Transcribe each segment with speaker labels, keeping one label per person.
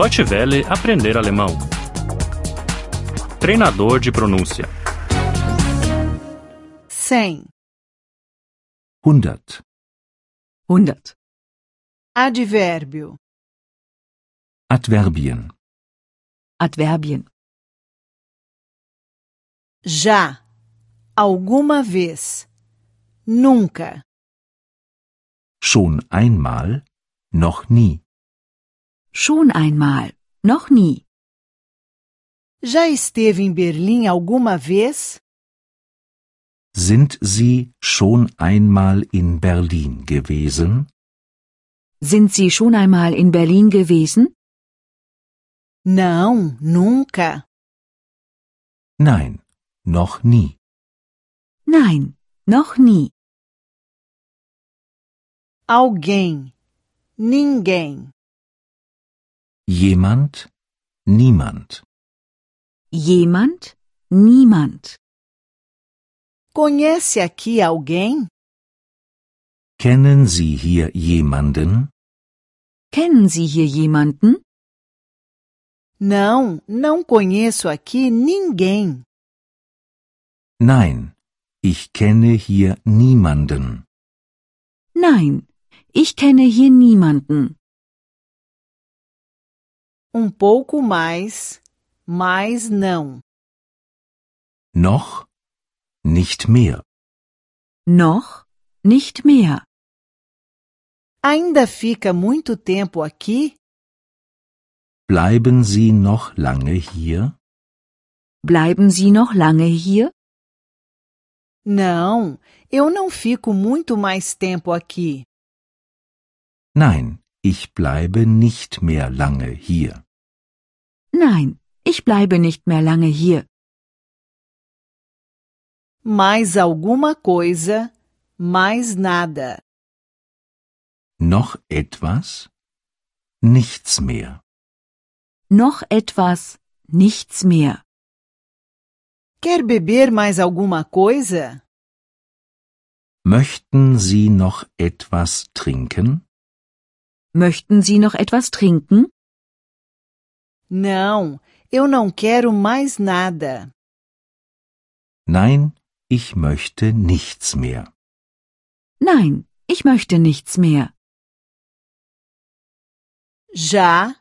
Speaker 1: Deutsche Welle aprender alemão. Treinador de pronúncia.
Speaker 2: 100.
Speaker 3: 100.
Speaker 4: 100.
Speaker 2: Advérbio.
Speaker 3: Adverbien.
Speaker 4: Adverbien.
Speaker 2: Já. Alguma vez. Nunca.
Speaker 3: Schon einmal, noch nie.
Speaker 4: Schon einmal. Noch nie.
Speaker 2: Já esteve em Berlim alguma vez?
Speaker 3: Sind Sie schon einmal in Berlin gewesen?
Speaker 4: Sind Sie schon einmal in Berlin gewesen?
Speaker 2: Não, nunca.
Speaker 3: Nein, noch nie.
Speaker 4: Nein, noch nie.
Speaker 2: Alguém. Ninguém.
Speaker 3: Jemand? Niemand.
Speaker 4: Jemand? Niemand.
Speaker 2: Conhece aqui alguém?
Speaker 3: Kennen Sie hier jemanden?
Speaker 4: Kennen Sie hier jemanden?
Speaker 2: Não, não conheço aqui ninguém.
Speaker 3: Nein, ich kenne hier niemanden.
Speaker 4: Nein, ich kenne hier niemanden.
Speaker 2: Um pouco mais, mas não.
Speaker 3: Noch? Nicht mehr.
Speaker 4: Noch? Nicht mehr.
Speaker 2: Ainda fica muito tempo aqui?
Speaker 3: Bleiben Sie noch lange hier?
Speaker 4: Bleiben Sie noch lange hier?
Speaker 2: Não, eu não fico muito mais tempo aqui.
Speaker 3: Nein, ich bleibe nicht mehr lange hier.
Speaker 4: Nein, ich bleibe nicht mehr lange hier.
Speaker 2: Mais alguma coisa, mais nada.
Speaker 3: Noch etwas? Nichts mehr.
Speaker 4: Noch etwas? Nichts mehr.
Speaker 2: Quer beber mais alguma coisa?
Speaker 3: Möchten Sie noch etwas trinken?
Speaker 4: Möchten Sie noch etwas trinken?
Speaker 2: Não, eu não quero mais nada.
Speaker 3: Nein, ich möchte nichts mehr.
Speaker 4: Nein, ich möchte nichts mehr.
Speaker 2: Já,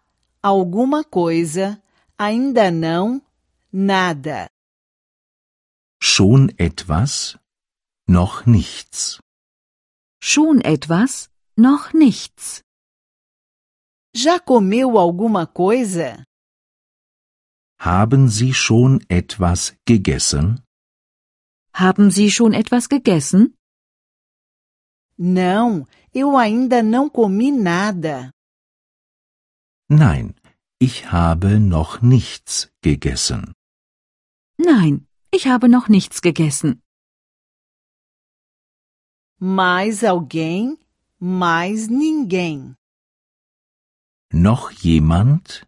Speaker 2: alguma coisa, ainda não, nada.
Speaker 3: Schon etwas? Noch nichts.
Speaker 4: Schon etwas? Noch nichts.
Speaker 2: Já comeu alguma coisa?
Speaker 3: Haben Sie schon etwas gegessen?
Speaker 4: Haben Sie schon etwas gegessen?
Speaker 2: Não, eu ainda não comi nada.
Speaker 3: Nein, ich habe noch nichts gegessen.
Speaker 4: Nein, ich habe noch nichts gegessen.
Speaker 2: Mais alguém, mais ninguém.
Speaker 3: Noch jemand?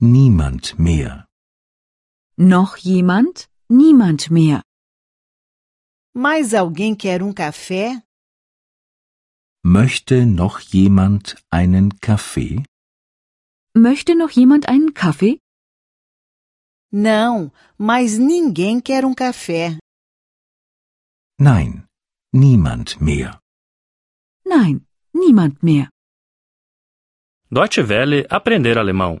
Speaker 3: Niemand mehr.
Speaker 4: Noch jemand? Niemand mehr.
Speaker 2: Mais alguém quer um café?
Speaker 3: Möchte noch jemand einen Kaffee?
Speaker 4: Möchte noch jemand einen Kaffee?
Speaker 2: Não, mas ninguém quer um café.
Speaker 3: Nein, niemand mehr.
Speaker 4: Nein, niemand mehr.
Speaker 1: Deutsche Welle aprender alemão.